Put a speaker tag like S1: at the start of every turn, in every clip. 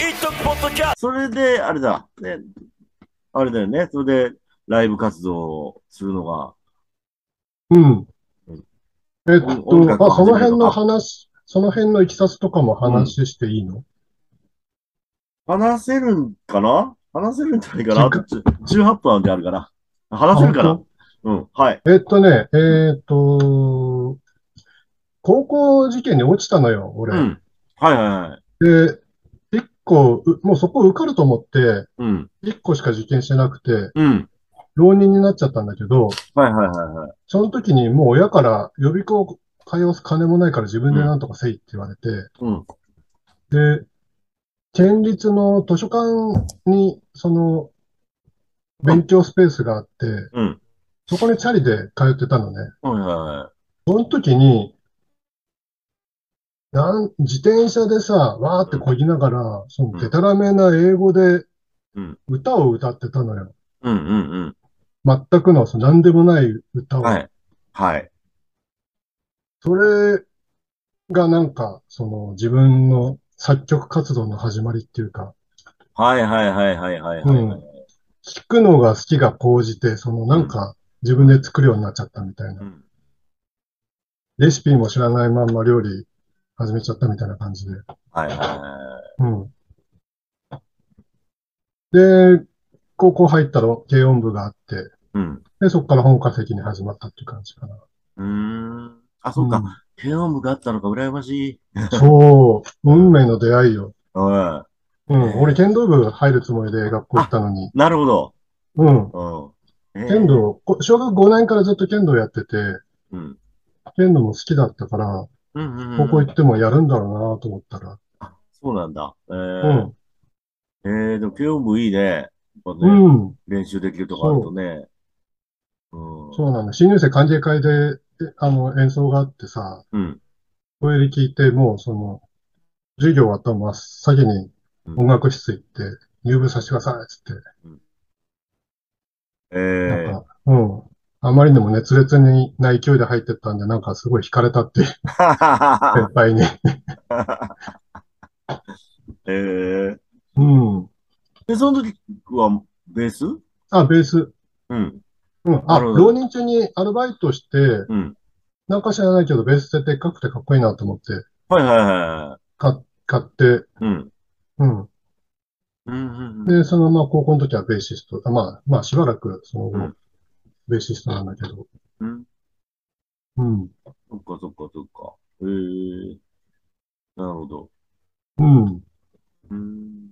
S1: イトポッドキャス
S2: それで、あれだ、ね、あれだよね。それで、ライブ活動をするのが、
S3: うん。えっ
S2: 音楽
S3: と、
S2: を
S3: あ、そ
S2: 始め
S3: の
S2: る
S3: 辺
S2: の
S3: の
S2: か
S3: 話、その辺のいきさつとかも話していいの、
S2: 話せるんかな話せるんじゃないかな
S3: そっか
S2: ちゅ ?18 分あるんであるから。話せるか
S3: あ
S2: な
S3: 本
S2: うん。はい。
S3: えっとね、えっと、高校受験に落ちたのよ、
S2: う
S3: 俺。
S2: ん。はいはいはい。
S3: で、一個、うもうそこ受かると思って、
S2: うん。
S3: 一個しか受験してなくて、
S2: うん。
S3: 浪人になっちゃったんだけど、
S2: はいはいはいはい。
S3: その時にもう親から予備校通わす金もないから自分でなんとかせいって言われて、
S2: うん。
S3: で、県立の図書館に、その、勉強スペースがあって、
S2: うん。
S3: そこにチャリで通ってたのね。
S2: はいはいはい。
S3: その時に、なん、自転車でさ、わーってこぎながら、その、でたらめな英語で
S2: うん、
S3: 歌を歌ってたのよ。
S2: うんうんうん。
S3: 全くの、その何でもない歌を。
S2: はい。はい。
S3: それがなんか、その、自分の作曲活動の始まりっていうか、
S2: はいはいはいはいはい。
S3: うん聞くのが好きが高じて、そのなんか自分で作るようになっちゃったみたいな。
S2: ん。
S3: レシピも知らないまんま料理始めちゃったみたいな感じで。
S2: はいはいは
S3: うん。で、高校入ったら軽音部があって、
S2: い。うん。
S3: で、そこから本格的に始まったっていう感じかな。
S2: うーん。あ、そっか。軽音部があったのか、羨ましい。
S3: うんそう、運命の出会いよ。
S2: うん。
S3: うん、俺剣道部入るつもりで学校行ったのに。
S2: なるほど。
S3: うん。
S2: うん。えー
S3: 剣。道、こ小学5年からずっと剣道やってて、
S2: うん。
S3: 剣道も好きだったから、
S2: うんうんうん。
S3: 高校行ってもやるんだろうなと思ったら、
S2: あ、そうなんだ。え
S3: う
S2: ー
S3: ん、
S2: えー、でも軽音部いいね。やっぱね
S3: うん、
S2: 練習できるとかあるとね。うん。
S3: そうなんだ。新入生歓迎会で、えあの、演奏があってさ、
S2: うん。
S3: それで聞いて、もうその、授業終わったら真っ先に
S2: うん
S3: 音楽室行って、入部させてくださいっつっ
S2: え
S3: て、
S2: ー
S3: なんか、うん。あまりにも熱烈にな勢いで入ってったんで、なんかすごい惹かれたっていう先 輩に。
S2: えー、
S3: うん。
S2: で、その時はベース
S3: あ、ベース。
S2: うん。
S3: うん。
S2: な
S3: あ、
S2: るほど
S3: 浪人中にアルバイトして、
S2: うん。
S3: なんか知らないけど、ベースってでっかくてかっこいいなと思って、
S2: はいはいは
S3: 買買って、
S2: い。うん。
S3: う
S2: う
S3: ん。
S2: んうんうん。
S3: で、そのまま高校の時はベーシスト、あまあ、まあしばらくその後、
S2: うん
S3: ベーシストなんだけど、
S2: うん。
S3: うん、
S2: そっかそっかそっか。えー、なるほど。
S3: うん。
S2: うん。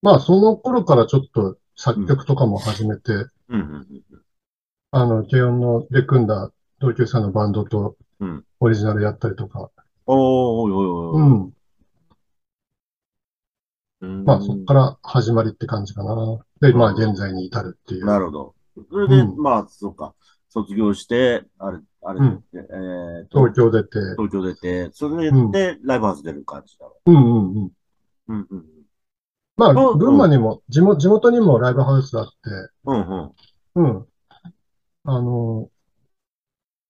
S3: まあその頃からちょっと作曲とかも始めて、
S2: うんうん
S3: あの、軽音ので組んだ同級生のバンドと
S2: うん
S3: オリジナルやったりとか、
S2: おー、おいおいお
S3: う
S2: いおい。
S3: ん。
S2: うん
S3: まあそこから始まりって感じかな。で、まあ現在に至るっていう。
S2: なるほど。それで、
S3: うん
S2: まあ、そうか。卒業して、あれ、あれ、
S3: うん
S2: えーっと、
S3: 東京出て、
S2: 東京出て、それ
S3: うん
S2: でライブハウス出る感じだろ
S3: うんうんうん。
S2: う。うんうん。
S3: まあ、
S2: そう
S3: 群馬にも、地元、地元にもライブハウスあって、
S2: うんうん。
S3: うん。あの、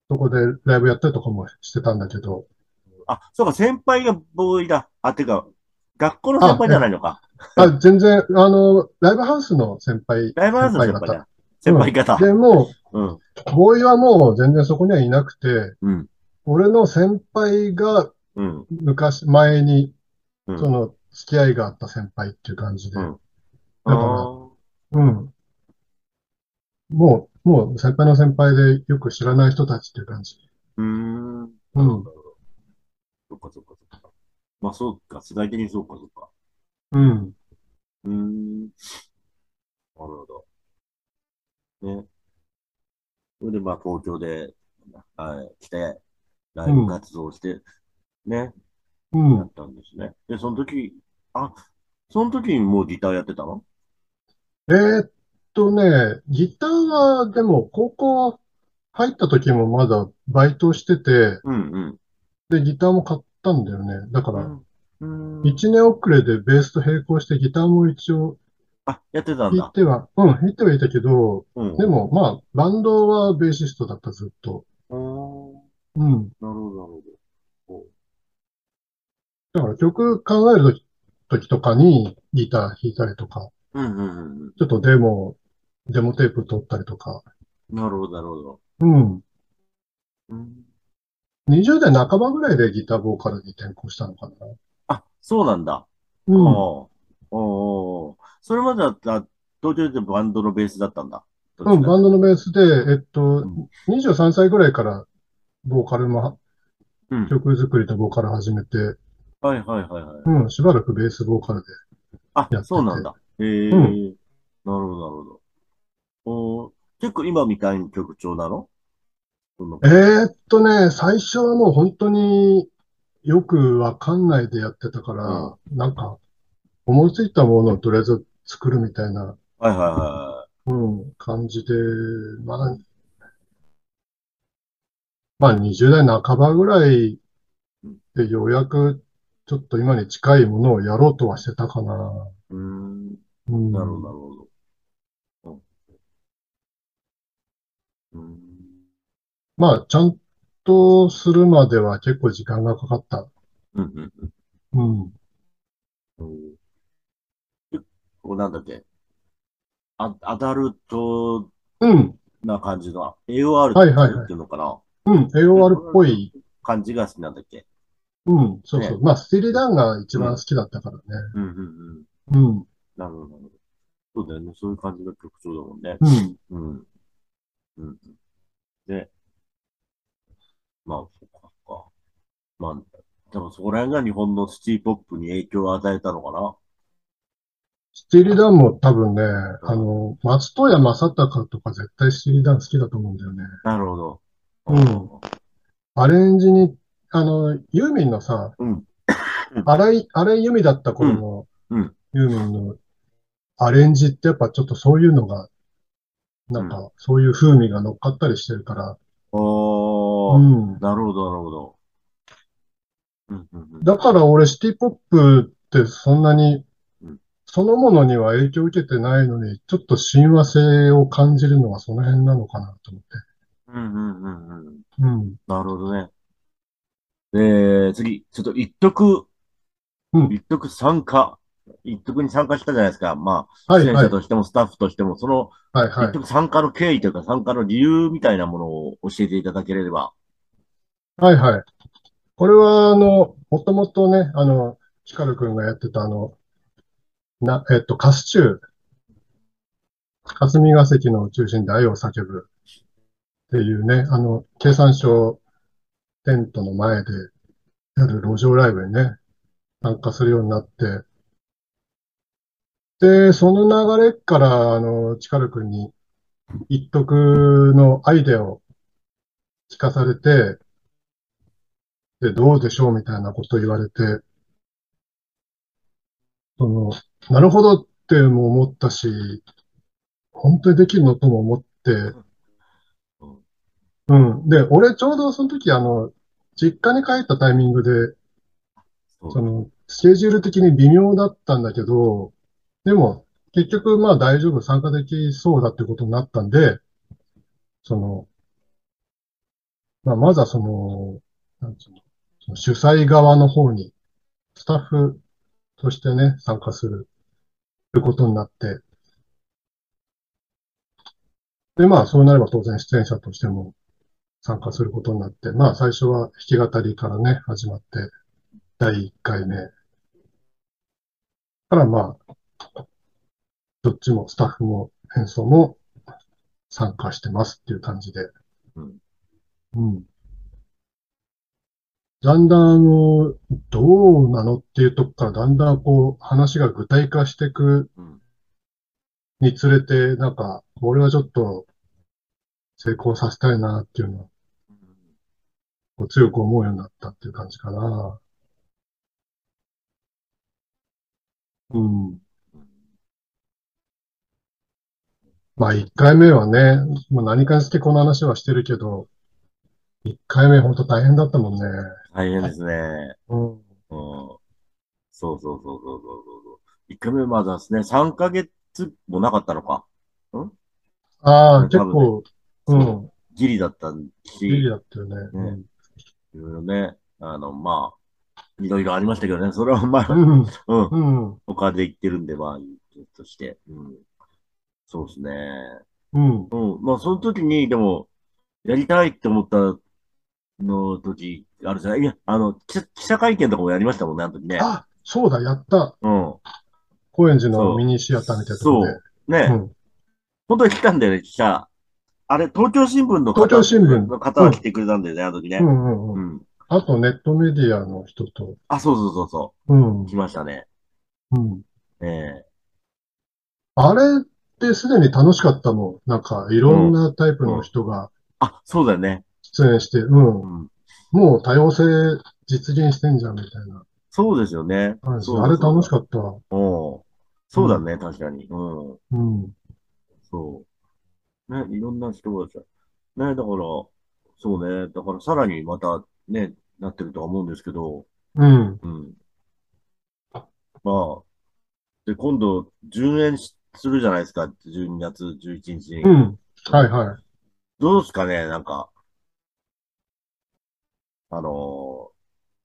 S3: そこでライブやったりとかもしてたんだ けど、
S2: あ、そうか、先輩がボーイだ。あ、てか、学校の先輩じゃないのか。
S3: あ、全然、あの、ライブハウスの先輩
S2: ライブハウスの先輩だ。先輩方。
S3: でも、
S2: うん。
S3: ボーイはもう全然そこにはいなくて、
S2: うん。
S3: 俺の先輩が
S2: うん。
S3: 昔、前に、
S2: うん
S3: その、付き合いがあった先輩っていう感じで、
S2: うん
S3: だからうん。もう、もう先輩の先輩でよく知らない人たちっていう感じ。
S2: うーん。
S3: うん。
S2: そっかそっかそっか。まあ、そうか、世代的にそうか、そうか。
S3: うん。
S2: うーん。なるほど。ね。それで、まあ、東京で、はい、来て、ライブ活動をして、ね、
S3: う
S2: や
S3: ん
S2: っ。たんですね。で、その時、あ、その時にもうギターやってたの
S3: えーっとね、ギターは、でも、高校入った時もまだバイトしてて、
S2: うん
S3: で、ギターも買ったんだよね。だか
S2: う
S3: ら、
S2: ん。うん。うん。
S3: 1年遅れでベースと並行してギターも一応
S2: あ、やってたん
S3: 弾い
S2: だ。
S3: ては、うん、弾いてはいたけど、
S2: うん。
S3: でも、まあ、バンドはベーシストだった、ずっと。
S2: うん。
S3: うん。
S2: なるほど、なるほど。
S3: だから曲考える時とかにギター弾いたりとか、
S2: うんうんうんうん。
S3: ちょっとデモ、デモテープ撮ったりとか。
S2: なるほど、なるほど。
S3: うん。
S2: うん
S3: 20代半ばぐらいでギターボーカルに転向したのかな。
S2: あ、そうなんだ。
S3: う
S2: お
S3: ん。
S2: おうおうそれまでだったら、東京でバンドのベースだったんだ。
S3: うん、バンドのベースで、えっと
S2: ん、
S3: 23歳ぐらいからボーカルも、
S2: うん
S3: 曲作りとボーカル始めて、
S2: はいはいはいはい。
S3: うん、しばらくベースボーカルで。
S2: あ
S3: やって、て
S2: そうなんだ。へえ、
S3: う
S2: なんるほど、なるほど。おー結構今みたいに曲調なのその
S3: えーっとね、最初はもう本当によくわかんないでやってたから、なんか、思いついたものをとりあえず作るみたいな、
S2: はいはいは
S3: うん、感じで、まあ、まあ20代半ばぐらいでようやくちょっと今に近いものをやろうとはしてたかな。
S2: い。うーん、
S3: うん。
S2: なるほど、なるほど。うんう
S3: まあ、ちゃんとするまでは結構時間がかかった。
S2: ーんうんうん
S3: う
S2: う
S3: ん。
S2: ん結構なんだっけあアダルト
S3: うん。
S2: な感じの、AOR
S3: はいはいはい
S2: っていうのかな
S3: うん。AOR っぽい。
S2: 感じが好きなんだっけ
S3: うん、そうそ
S2: ね
S3: う。まあ、スティーリーダンが一番好きだったからね。
S2: うんうんうん。
S3: うん、
S2: なるほど、なるほど。そうだよね。そういう感じの曲調だもんね。
S3: うん、
S2: うん。うん。で、まあ、そっか、そっか。まあ、でもそこら辺が日本のシティポップに影響を与えたのかな。
S3: スティーリーダンも多分ね、あの、松任谷正隆とか絶対スティーリーダン好きだと思うんだよね。
S2: なるほど。
S3: アレンジに、あの、ユーミンのさ、
S2: うん
S3: 荒井、荒井由実だった頃の
S2: うんうん
S3: ユーミンのアレンジってやっぱちょっとそういうのが、なんか、そういう風味が乗っかったりしてるから、
S2: おー、
S3: うん。
S2: なるほど、なるほど。うん、うん、うん。
S3: だから俺シティポップってそんなに
S2: うん、
S3: そのものには影響を受けてないのに、ちょっと親和性を感じるのはその辺なのかなと思って。
S2: うん、うん、うん、うん。
S3: うん。
S2: なるほどね。えー、次、ちょっと一徳、
S3: うん
S2: 一徳参加。一徳に参加したじゃないですか。まあ、
S3: はい
S2: 出演
S3: はい
S2: 者。としてもスタッフとしても、その、
S3: はいは
S2: 結
S3: い。
S2: 局参加の経緯というか参加の理由みたいなものを教えていただければ。
S3: はいはい。これは、あの、もともとね、あの、ヒカルくんがやってた、あの、な、えっと、カスチュー。霞が関の中心で愛を叫ぶ。っていうね、あの、経産省テントの前でやる路上ライブにね、参加するようになって。で、その流れから、あの、ヒカルくんに一徳のアイデアを聞かされて、で、どうでしょうみたいなことを言われて、その、なるほどっても思ったし、本当にできるのとも思って、うん。で、俺ちょうどその時、あの、実家に帰ったタイミングで、
S2: そう
S3: その、スケジュール的に微妙だったんだけど、でも、結局、まあ大丈夫、参加できそうだってことになったんで、その、まあまずはその、なんつうの、その主催側の方に、スタッフとしてね、参加するってことになって、で、まあそうなれば当然出演者としても参加することになって、まあ最初は弾き語りからね、始まって、第1回目。からまあ、どっちもスタッフも演奏も参加してますっていう感じで。
S2: うん
S3: うん。だんだん、あの、どうなのっていうとこからだんだんこう話が具体化していく
S2: うん
S3: につれて、なんか、俺はちょっと成功させたいなっていうのはこう強く思うようになったっていう感じかな。うん。まあ、一回目はね、まあ、何かにつけこの話はしてるけど、一回目本当大変だったもんね。
S2: 大変ですね。
S3: うん。
S2: うん、そうそうそうそうそうそう。1回目まだですね、3ヶ月もなかったのか。
S3: ああ、
S2: 多
S3: 結
S2: 分ね
S3: 構、うん、
S2: ギリだった
S3: いい
S2: し、
S3: やったよね。
S2: ねいろいろね、あの、まあ、いろいろありましたけどね、それはまあ、
S3: うん、
S2: うん、
S3: うん、
S2: 他で行ってるんで、まあ、いいとして。うん。そうですね。
S3: うん、
S2: うん。まあ、その時に、でも、やりたいって思ったの時、あるじゃないいや、あの、記者記者会見とかもやりましたもんね、あの時ね。
S3: あ、そうだ、やった。
S2: うん。
S3: 高円寺のミニシアターみたいなところで。
S2: ね、
S3: うん
S2: 本当に来たんだよね、記者。あれ、東京新聞の方、
S3: 東京新聞
S2: の方が来てくれたんだよね、あの時ね
S3: う。んう
S2: う
S3: んうん。
S2: ん。
S3: あとネットメディアの人と。
S2: あ、そうそうそうそ
S3: うん
S2: う。、来ましたね。
S3: うん。
S2: ええ
S3: あれってすでに楽しかったもん。なんか、いろんなタイプの人が
S2: あ、そうだよね。
S3: 出演して、うん
S2: う。ん。
S3: もう多様性実現してんじゃん、みたいな
S2: そうですよね。
S3: 感じ。
S2: そう
S3: あれ楽し
S2: かっ
S3: かったわ。
S2: た。うん。そうだね、確かに。うん。
S3: うん。
S2: そう。ね、いろんな人がさ、ね、だから、そうね、だからさらにまたね、なってるとは思うんですけど、
S3: うん。
S2: うん。まあ、で、今度、順延しするじゃないですか、12月11日に。
S3: うん。はいは
S2: どうですかね、なんか、あの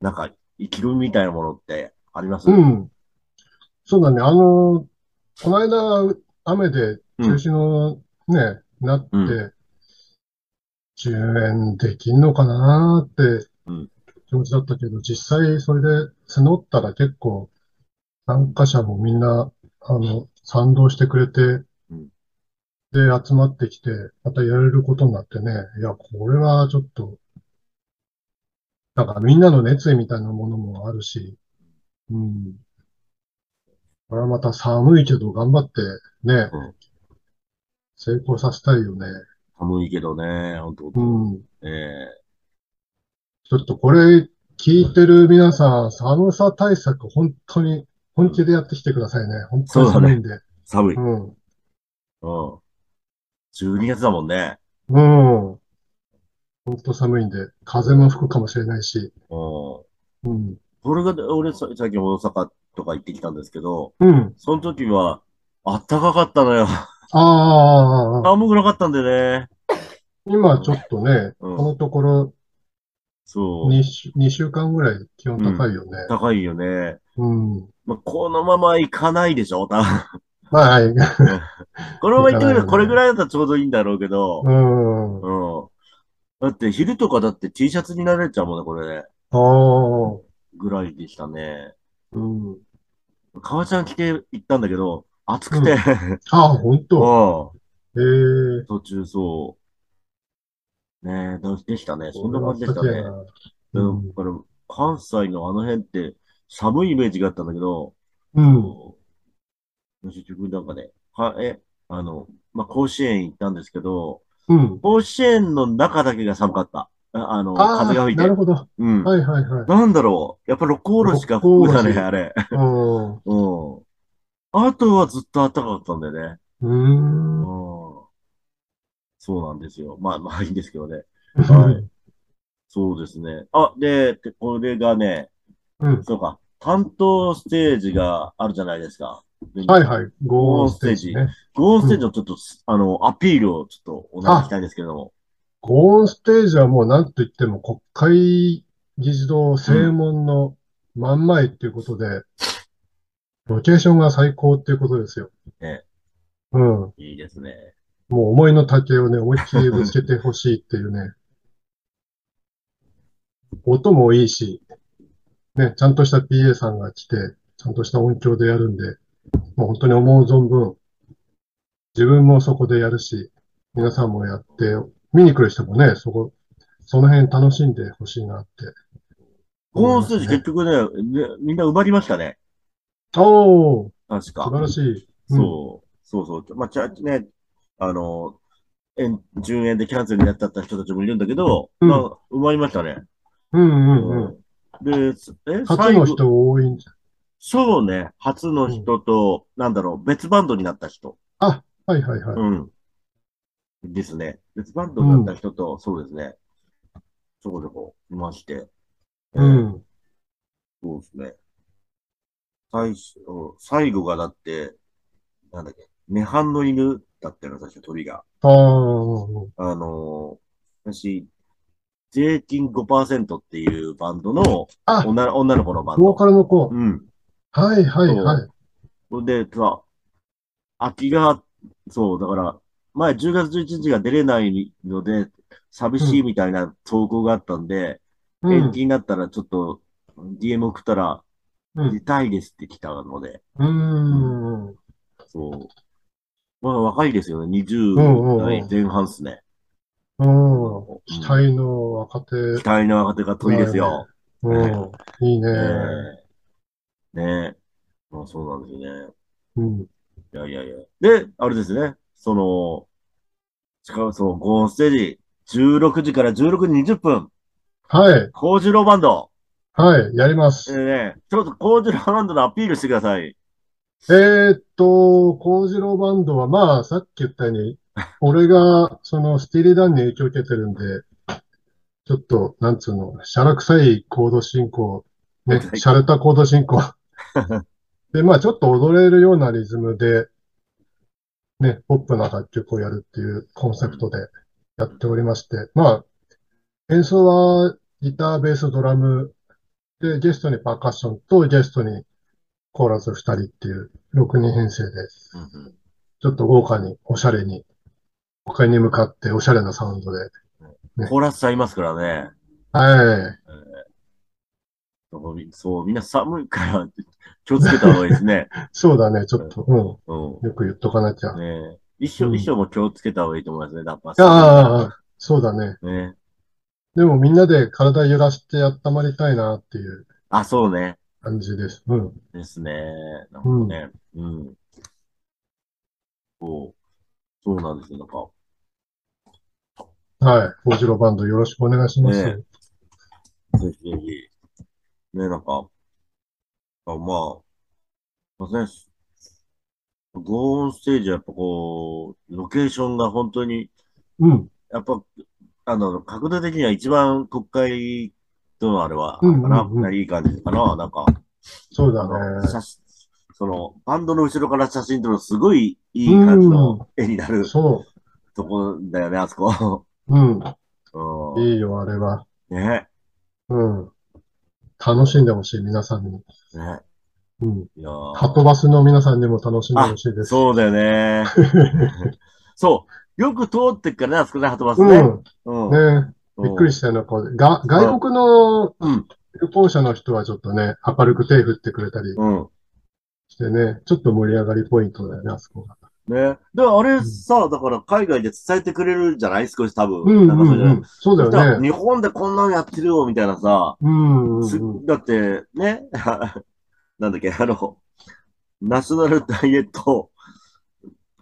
S2: ーなんか、意気込みみたいなものってあります
S3: い。うん。そうだね。あの、この間、雨で中止のね、なって
S2: うん、
S3: 10円できんのかなーって
S2: うん
S3: 気持ちだったけど、実際それで募ったら結構、参加者もみんな、あの、賛同してくれて
S2: うん、
S3: で、集まってきて、またやれることになってね、いや、これはちょっと、なんかみんなの熱意みたいなものもあるし、うん。これはまた寒いけど頑張ってね
S2: うん、
S3: 成功させたいよね。
S2: 寒いけどね、本当、
S3: うん。
S2: ええ
S3: ちょっとこれ聞いてる皆さん、寒さ対策本当に、本気でやってきてくださいね。本当に寒いんで。
S2: 寒い。う
S3: うん。
S2: ん。12月だもんね。
S3: うん。本当寒いんで、風も吹くかもしれないし。
S2: うん。
S3: うん。
S2: それが、俺さ、最近大阪とか行ってきたんですけど、
S3: うん。
S2: その時は、あったかかったのよ。
S3: ああ、
S2: 寒くなかったんでね。
S3: 今ちょっとね、
S2: うん
S3: このところ
S2: そう。
S3: 2週、2週間ぐらい気温高いよね。
S2: 高いよね。
S3: うん。
S2: まあ、このまま行かないでしょ、多分
S3: まあ、はい。
S2: このまま行ってみれば
S3: 行
S2: こ
S3: かないよね
S2: れぐらいだったらちょうどいいんだろうけど、
S3: うん。あ
S2: うん。だって昼とかだって T シャツになれちゃうもんね、これね。
S3: あ、
S2: ぐらいでしたね。
S3: うん。
S2: 革ちゃん着て行ったんだけど、暑くて、
S3: ああ、本
S2: う
S3: 当。
S2: ん。
S3: ええー、
S2: 途中そう。ねえ、どうでしたね。そんな
S3: こ
S2: 感じ
S3: れ
S2: で
S3: は
S2: した
S3: 高い
S2: ね。
S3: な。
S2: う
S3: うん
S2: ん、だから関西のあの辺って寒いイメージがあったんだけど、
S3: うん。
S2: 結局なんかね、はえ、あの、まあ、甲子園行ったんですけど、
S3: うん。
S2: 甲子園の中だけが寒かった。ああの、
S3: ああ、
S2: 風が吹いて。
S3: なるほど。
S2: うん。
S3: はいはいはい。
S2: なんだろう。やっぱ六甲おろしか服だね、
S3: 六甲おろし
S2: あれ。
S3: うん。う
S2: うん。あとはずっと暖かかったんだよね。
S3: ー。
S2: うん
S3: は
S2: ん。そうなんですよ。まあまあいいんですけどね。
S3: い。
S2: そうですね。あ、で、でこれがね、
S3: うん。
S2: そうか、担当ステージがあるじゃないですか。
S3: はいはい。
S2: ゴー
S3: ゴー
S2: ン
S3: ン
S2: ス
S3: ス
S2: テ
S3: テ
S2: ー
S3: ー
S2: ジ
S3: ジね。
S2: ゴーンステージのちょっと、あの、アピールをちょっとお願いしたいんですけれども。
S3: ゴーンステージはもう何と言っても国会議事堂正門の真ん前っていうことで、ロケーションが最高っていうことですよ。
S2: ね
S3: うん。も
S2: いいですね。
S3: う思いの丈をね、思いっきりぶつけてほしいっていうね。音もいいし、ね、ちゃんとした PA さんが来て、ちゃんとした音響でやるんで、もう本当に思う存分、自分もそこでやるし、皆さんもやって、見に来る人もね、そこ、その辺楽しんでほしいなって。
S2: ゴーンステージ結局ね、ねみんな埋まりましたね。
S3: おー、
S2: 確か
S3: 素。晴らしい。うん
S2: そう、そうそう。まあ、ちゃね、あの、円10円でキャンセルになっちゃった人たちもいるんだけど、
S3: うん
S2: まあ、埋まりましたね。
S3: うんうんうん。
S2: で、すえ、
S3: 初
S2: 最
S3: の
S2: 後
S3: 人多いんじ
S2: そうね、初の人と、なんだろう、別バンドになった人。
S3: ゃ。はいはいはい。
S2: うん。ですね。別バンドになった人と、そうですね。そこでこう、いまして。
S3: う
S2: えー
S3: ん。
S2: そうですね。最初、最後がだって、なんだっけ、涅槃の犬だったよな、最初、鳥が。
S3: あー、
S2: あのー私、税金5%っていうバンドの
S3: あ
S2: 女の女の子のバン
S3: ボー
S2: ド。
S3: カルの子。
S2: うん。
S3: はいはいはい。
S2: それで、さ、秋が、そう、だから、前10月11日が出れないので、寂しいみたいな投稿があったんで、
S3: う
S2: 延
S3: ん。
S2: 期になったらちょっと DM 送ったら、
S3: うん
S2: 出たいですって来たので、
S3: うーん。
S2: そう。まだ若いですよね。
S3: うんうん
S2: 20
S3: うん
S2: 代前半っすね。
S3: うん。
S2: うん
S3: 期待の若手。
S2: 期待の若手が遠いですよ。
S3: うん。いいね。
S2: ねえ。ねえ。まあそうなんですよね。
S3: うん。
S2: いやいやいや。で、あれですね。その、しかもそのゴーンステージ、16時から16時20分、
S3: はい。
S2: コージローバンド。
S3: はい。やりま
S2: え
S3: す。
S2: ーね、ちょっとコージローバンドのアピールしてください。
S3: えーっと、幸次郎バンドは、まあ、さっき言ったように、俺が、その、スティーリーダンに影響を受けてるんで、ちょっと、なんつうの、シャラ臭いコード進行、ね、シャレたコード進行。で、まあ、ちょっと踊れるようなリズムで、ね、ポップな楽曲をやるっていうコンセプトでやっておりまして、まあ、演奏はギター、ベース、ドラム、で、ゲストにパーカッションとゲストにコーラス2人っていう6人編成で、ちょっと豪華に、おしゃれに、都会に向かっておしゃれなサウンドで。
S2: コーラスさんいますからね。
S3: はい。
S2: そう、みんな寒いから気をつけた方がいいです ね。
S3: そうだね、ちょっと、う
S2: うん
S3: ん。よく言っとかなきゃ。あ
S2: ねえ。衣装、
S3: うん
S2: 衣装も気をつけた方がいいと思いますね、ダッパー
S3: あああ、あ
S2: さ
S3: あそうだね。
S2: ん。ね。
S3: でもみんなで体揺らして温まりたいなっていう
S2: あ、そうね。
S3: 感じです。うん。
S2: ですね。なんかね。うん。そう。そうなんですよ。なんか、
S3: はい。幸次郎バンドよろしくお願いします。
S2: ねぜひぜひ。ね、なんか、あまあ、まあね、ゴーンステージはやっぱこう、ロケーションが本当に、
S3: うん。
S2: やっぱ、あの、角度的には一番国会とのあれは、あれかな、
S3: うんうんうん
S2: いい感じかな、なんか、
S3: そう
S2: あ
S3: だ
S2: の、
S3: ね。
S2: 写真その、バンドの後ろから写真撮るのすごいいい感じの絵になる
S3: そ
S2: とこだよね、あそこ。
S3: う。うん。
S2: うん
S3: いいよ、あれは。
S2: ね、
S3: うん。楽しんでほしい、皆さんに。
S2: ね、
S3: うん。
S2: いやー
S3: ハトバスの皆さんにも楽しんでほしいです。
S2: そうだよ ね。そう。よく通ってっからね、あそこで鳩バス
S3: う
S2: ね。
S3: ん。
S2: うん。
S3: ねびっくり
S2: し
S3: したよな、こう、が、外国の
S2: た。うん。
S3: 旅行者の人はちょっとね、明るく手振ってくれたり
S2: うん。
S3: してね、ちょっと盛り上がりポイントだよね、あそこが。
S2: ね。で、あれさ、だから海外で伝えてくれるじゃない少し多分。
S3: うんう
S2: なんかそれ
S3: んうん。そうだ
S2: そした
S3: よ
S2: ら
S3: ね。
S2: 日本でこんなのやってるよ、みたいなさ。
S3: うんうん
S2: す
S3: うん。
S2: だって、ね。 なんだっけ、あの、ナショナルダイエット、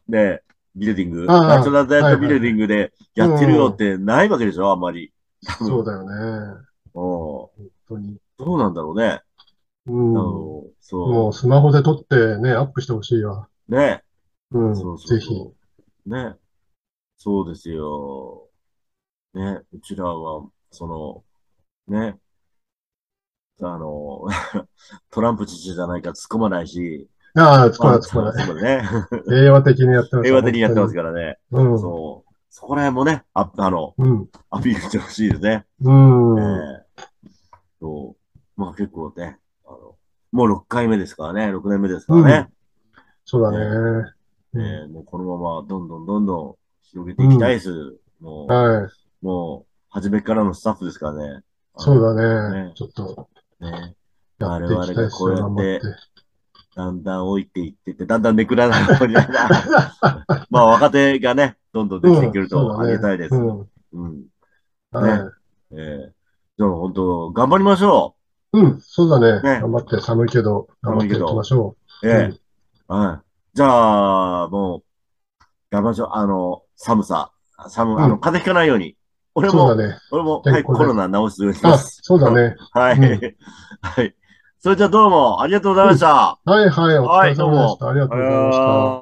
S2: ね、ビルディング。
S3: ああ
S2: ナショナルダイエットビルディングでやってるよってないわけでしょ、あんまり。
S3: そうだよ
S2: う
S3: ね。
S2: ん。ど
S3: 本当に。
S2: うなんだろうね。
S3: うん。
S2: あのそう。
S3: もうスマホで撮ってね、アップしてほしいわ。
S2: ね。
S3: うん。
S2: そうそう
S3: ぜひ。
S2: そう。ね。そうですよ。ね。うちらは、その、ね。あの、 トランプ知事じゃないから突っ込まないし、
S3: ああ、つか
S2: ま
S3: な
S2: あ
S3: いつかない。
S2: そうね。
S3: 平和的にやってます。
S2: 平和的にやってます
S3: か
S2: からね。
S3: ら。うん。
S2: そう。そこら辺もね、ああの、
S3: うん。
S2: アピールしてほしいですね。
S3: うん。
S2: ええそう。まあ結構ね、あの、もう6回目ですからね、6年目ですからね。
S3: そうだね。
S2: ええもうこのままどんどんどんどん広げていきたいです。もう、
S3: はい。
S2: もう、初めからのスタッフですからね。
S3: そうだ
S2: ね
S3: ね。ちょっと、
S2: だね。
S3: やっていきたいですよ、
S2: 我々がこ
S3: 頑
S2: う
S3: 張
S2: や
S3: っ
S2: って
S3: て。
S2: だんだん老いていってって、だんだんネクラな方に なまあ、若手がね、どんどん出てくる
S3: うんそ
S2: と
S3: う
S2: あ
S3: だね
S2: げたいです。
S3: う
S2: うん。
S3: ん。
S2: ね
S3: はい。
S2: ええじゃあ、本当頑張りましょ
S3: うん、そうだね。
S2: ね
S3: 頑張って、寒いけど、頑張っていきましょ
S2: う。
S3: う。
S2: ええはい。じゃあ、もう、頑張りましょう。あの、寒さ。寒、あ
S3: う
S2: の、
S3: ん
S2: 風邪ひかないように。
S3: う
S2: 俺
S3: ん、そう
S2: も、
S3: だね。
S2: 俺も、
S3: 健
S2: はい、
S3: 康
S2: コ
S3: で
S2: ロナ治すようにしま
S3: あ、
S2: す。
S3: そうだね。
S2: はい。
S3: うん
S2: はい。それじゃあ、どうも、ありがとうございました。
S3: はいはい、お疲
S2: は
S3: れ
S2: いどう
S3: 様で
S2: も
S3: した。ありがとうございました。